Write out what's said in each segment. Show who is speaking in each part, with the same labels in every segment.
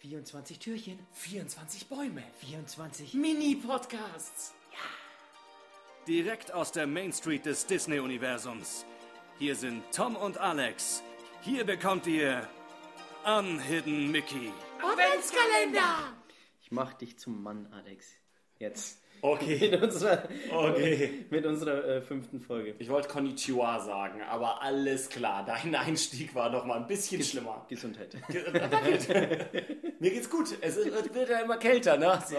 Speaker 1: 24 Türchen,
Speaker 2: 24 Bäume.
Speaker 1: 24
Speaker 2: Mini-Podcasts.
Speaker 3: Direkt aus der Main Street des Disney-Universums. Hier sind Tom und Alex. Hier bekommt ihr Unhidden Mickey.
Speaker 2: Adventskalender.
Speaker 1: Ich mach dich zum Mann, Alex. Jetzt.
Speaker 4: Okay,
Speaker 1: Mit unserer,
Speaker 4: okay.
Speaker 1: mit unserer äh, fünften Folge.
Speaker 4: Ich wollte Konnichiwa sagen, aber alles klar. Dein Einstieg war noch mal ein bisschen schlimmer.
Speaker 1: Gesundheit.
Speaker 4: Mir geht's gut. Es ist- es wird ja immer kälter, ne? So.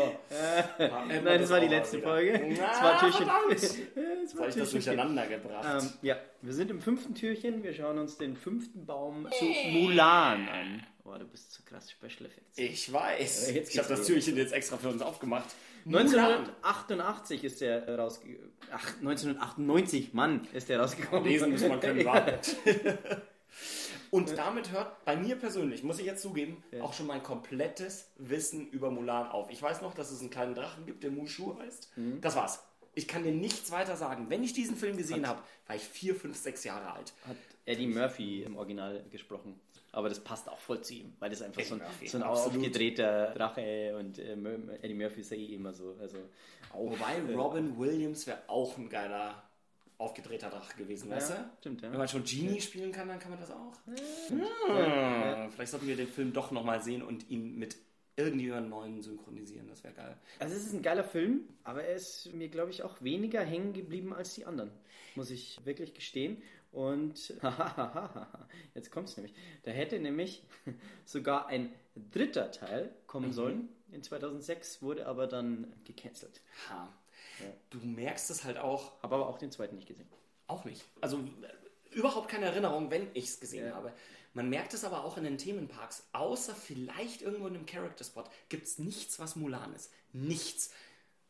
Speaker 1: Nein, das war die letzte Folge. Es war Türchen. Es
Speaker 4: Jetzt habe ich das durcheinander gebracht.
Speaker 1: Ähm, ja, wir sind im fünften Türchen. Wir schauen uns den fünften Baum zu Mulan an. Boah, du bist zu krass Special Effects.
Speaker 4: ich weiß.
Speaker 1: Ja, jetzt
Speaker 4: ich
Speaker 1: geht's
Speaker 4: habe das
Speaker 1: wieder.
Speaker 4: Türchen jetzt extra für uns aufgemacht.
Speaker 1: 1988 ist der äh, rausgekommen. Ach, 1998, Mann, ist der rausgekommen.
Speaker 4: Lesen muss man können, warten. Und damit hört bei mir persönlich, muss ich jetzt zugeben, auch schon mein komplettes Wissen über Mulan auf. Ich weiß noch, dass es einen kleinen Drachen gibt, der Mushu heißt. Das war's. Ich kann dir nichts weiter sagen. Wenn ich diesen Film gesehen habe, war ich vier, fünf, sechs Jahre alt.
Speaker 1: Hat Eddie Murphy im Original gesprochen. Aber das passt auch voll zu ihm, weil das einfach so ein,
Speaker 4: Eddie Murphy,
Speaker 1: so ein
Speaker 4: absolut.
Speaker 1: aufgedrehter Drache und äh, Mur- Eddie Murphy ist ja eh immer so. Also, auch,
Speaker 4: Wobei
Speaker 1: äh,
Speaker 4: Robin Williams wäre auch ein geiler aufgedrehter Drache gewesen, weißt du?
Speaker 1: stimmt, ja.
Speaker 4: Wenn man schon Genie spielen kann, dann kann man das auch. Hm, Vielleicht sollten wir den Film doch nochmal sehen und ihn mit irgendjemandem neuen synchronisieren. Das wäre geil.
Speaker 1: Also es ist ein geiler Film, aber er ist mir, glaube ich, auch weniger hängen geblieben als die anderen. Muss ich wirklich gestehen. Und jetzt kommt es nämlich. Da hätte nämlich sogar ein dritter Teil kommen sollen. In 2006 wurde aber dann gecancelt.
Speaker 4: Ha. Du merkst es halt auch,
Speaker 1: Habe aber auch den zweiten nicht gesehen.
Speaker 4: auch nicht. Also äh, überhaupt keine Erinnerung, wenn ich es gesehen
Speaker 1: Ja.
Speaker 4: habe. Man merkt es aber auch in den Themenparks, außer vielleicht irgendwo in einem Character-Spot, gibt es nichts, was Mulan ist. Nichts.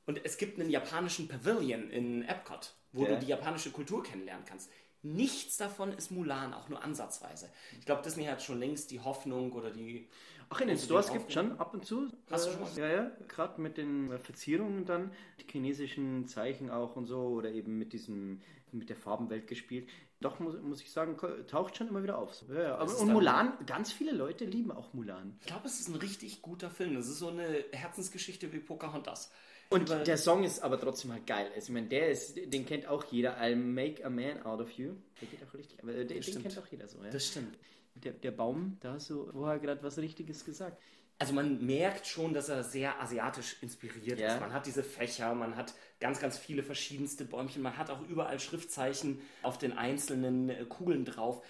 Speaker 4: Und es gibt einen japanischen Pavilion in Epcot, wo
Speaker 1: Ja.
Speaker 4: du die japanische Kultur kennenlernen kannst. Nichts davon ist Mulan, auch nur ansatzweise. Ich glaube, Disney hat schon längst die Hoffnung oder die
Speaker 1: Ach, in den
Speaker 4: Hast du
Speaker 1: Stores
Speaker 4: den
Speaker 1: gibt es schon ab und zu.
Speaker 4: Hast du
Speaker 1: äh,
Speaker 4: schon mal?
Speaker 1: Ja, ja. Gerade mit den äh, Verzierungen dann, die chinesischen Zeichen auch und so oder eben mit diesem, mit der Farbenwelt gespielt. Doch, muss, muss ich sagen, ko- taucht schon immer wieder auf. So. Ja, ja. Aber,
Speaker 4: ist
Speaker 1: und
Speaker 4: dann-
Speaker 1: Mulan, halt ganz viele Leute lieben auch Mulan.
Speaker 4: Ich glaube, es ist ein richtig guter Film. Es ist so eine Herzensgeschichte wie Pocahontas.
Speaker 1: Und
Speaker 4: Über-
Speaker 1: der Song ist aber trotzdem halt geil. Also, ich meine, der ist, den kennt auch jeder. I'll make a man out of you. Der geht auch richtig, aber äh, den, den
Speaker 4: stimmt.
Speaker 1: kennt auch jeder so. Ja?
Speaker 4: Das stimmt.
Speaker 1: Der, der Baum, da hast du vorher gerade was Richtiges gesagt.
Speaker 4: Also man merkt schon, dass er sehr asiatisch inspiriert
Speaker 1: Ja.
Speaker 4: ist. Man hat diese Fächer, man hat ganz, ganz viele verschiedenste Bäumchen, man hat auch überall Schriftzeichen auf den einzelnen äh, Kugeln drauf.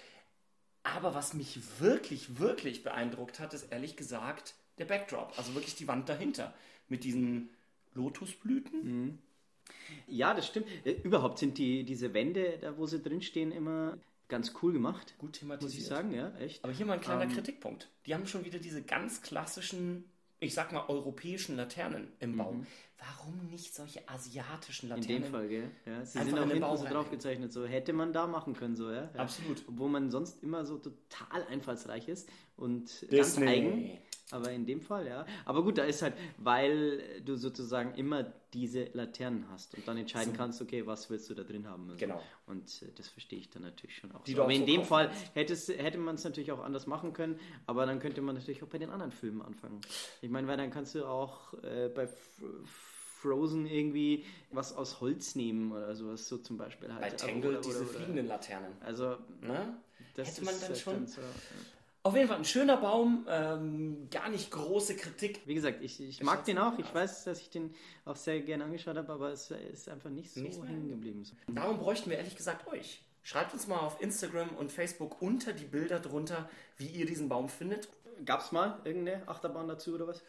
Speaker 4: Aber was mich wirklich, wirklich beeindruckt hat, ist ehrlich gesagt der Backdrop, also wirklich die Wand dahinter mit diesen Lotusblüten.
Speaker 1: Mhm. Ja, das stimmt. Äh, Überhaupt sind die, diese Wände, da wo sie drinstehen, immer ganz cool gemacht.
Speaker 4: Gut
Speaker 1: Muss ich
Speaker 4: thematisiert.
Speaker 1: sagen, ja, echt.
Speaker 4: Aber hier mal ein kleiner
Speaker 1: Ähm,
Speaker 4: Kritikpunkt. Die haben schon wieder diese ganz klassischen, ich sag mal, europäischen Laternen im Baum. Warum nicht solche asiatischen
Speaker 1: Mhm. In
Speaker 4: Laternen?
Speaker 1: dem Fall, gell? Ja, sie
Speaker 4: Einfach
Speaker 1: sind auch
Speaker 4: in den
Speaker 1: hinten
Speaker 4: Bauch
Speaker 1: so
Speaker 4: rein.
Speaker 1: draufgezeichnet, so hätte man da machen können, so, ja. ja.
Speaker 4: Absolut.
Speaker 1: Obwohl man sonst immer so total einfallsreich ist und ganz
Speaker 4: Disney.
Speaker 1: eigen. Aber in dem Fall, ja. Aber gut, da ist halt, weil du sozusagen immer diese Laternen hast und dann entscheiden kannst, okay, was willst du da drin haben? Also.
Speaker 4: Genau.
Speaker 1: Und äh, das verstehe ich dann natürlich schon auch.
Speaker 4: Die
Speaker 1: So.
Speaker 4: du
Speaker 1: Aber
Speaker 4: auch
Speaker 1: in
Speaker 4: so
Speaker 1: dem
Speaker 4: kaufen
Speaker 1: Fall hätte, es, hätte man es natürlich auch anders machen können, aber dann könnte man natürlich auch bei den anderen Filmen anfangen. Ich meine, weil dann kannst du auch äh, bei F Frozen irgendwie was aus Holz nehmen oder sowas, so zum Beispiel halt.
Speaker 4: Bei
Speaker 1: Aber-
Speaker 4: Tangled
Speaker 1: oder-
Speaker 4: diese
Speaker 1: oder-
Speaker 4: fliegenden Laternen.
Speaker 1: Also,
Speaker 4: Ne?
Speaker 1: das
Speaker 4: Hätte man
Speaker 1: ist
Speaker 4: dann
Speaker 1: halt
Speaker 4: schon.
Speaker 1: so,
Speaker 4: Auf jeden Fall ein schöner Baum, ähm, gar nicht große Kritik.
Speaker 1: Wie gesagt, ich, ich mag
Speaker 4: schaut's
Speaker 1: den
Speaker 4: mir
Speaker 1: auch.
Speaker 4: an.
Speaker 1: Ich weiß, dass ich den auch sehr gerne angeschaut habe, aber es ist einfach nicht so
Speaker 4: Nicht mehr.
Speaker 1: hängen geblieben. So.
Speaker 4: Darum bräuchten wir ehrlich gesagt euch. Schreibt uns mal auf Instagram und Facebook unter die Bilder drunter, wie ihr diesen Baum findet.
Speaker 1: Gab es mal irgendeine Achterbahn dazu oder was?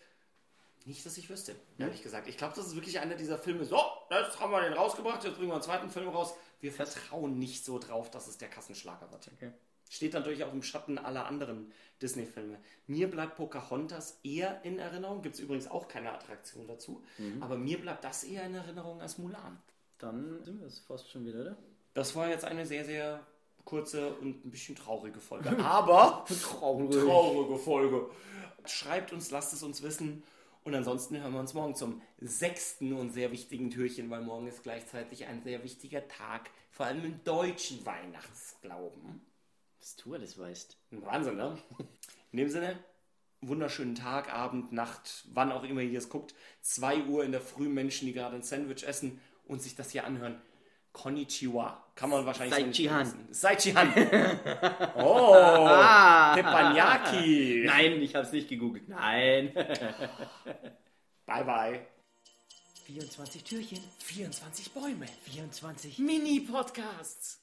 Speaker 4: Nicht, dass ich wüsste, ehrlich gesagt. Ich glaube, das ist wirklich einer dieser Filme. So, jetzt haben wir den rausgebracht, jetzt bringen wir einen zweiten Film raus. Wir vertrauen nicht so drauf, dass es der Kassenschlager wird.
Speaker 1: Okay.
Speaker 4: Steht natürlich auch im Schatten aller anderen Disney-Filme. Mir bleibt Pocahontas eher in Erinnerung. Gibt es übrigens auch keine Attraktion dazu. Aber mir bleibt das eher in Erinnerung als Mulan.
Speaker 1: Dann sind wir es fast schon wieder, oder?
Speaker 4: Das war jetzt eine sehr, sehr kurze und ein bisschen traurige Folge. Aber traurige Folge. Schreibt uns, lasst es uns wissen. Und ansonsten hören wir uns morgen zum sechsten und sehr wichtigen Türchen, weil morgen ist gleichzeitig ein sehr wichtiger Tag, vor allem im deutschen Weihnachtsglauben.
Speaker 1: Was du alles weißt.
Speaker 4: Wahnsinn, ne? In dem Sinne, wunderschönen Tag, Abend, Nacht, wann auch immer ihr es guckt. 2 Uhr in der Früh Menschen, die gerade ein Sandwich essen und sich das hier anhören. Konnichiwa. Kann man wahrscheinlich so nicht
Speaker 1: Saichihan.
Speaker 4: benutzen. Saichihan. Oh, Teppanyaki.
Speaker 1: Nein, ich habe es nicht gegoogelt. Nein.
Speaker 4: Bye bye.
Speaker 5: 24 Türchen,
Speaker 2: 24 Bäume.
Speaker 5: vierundzwanzig
Speaker 2: Mini-Podcasts.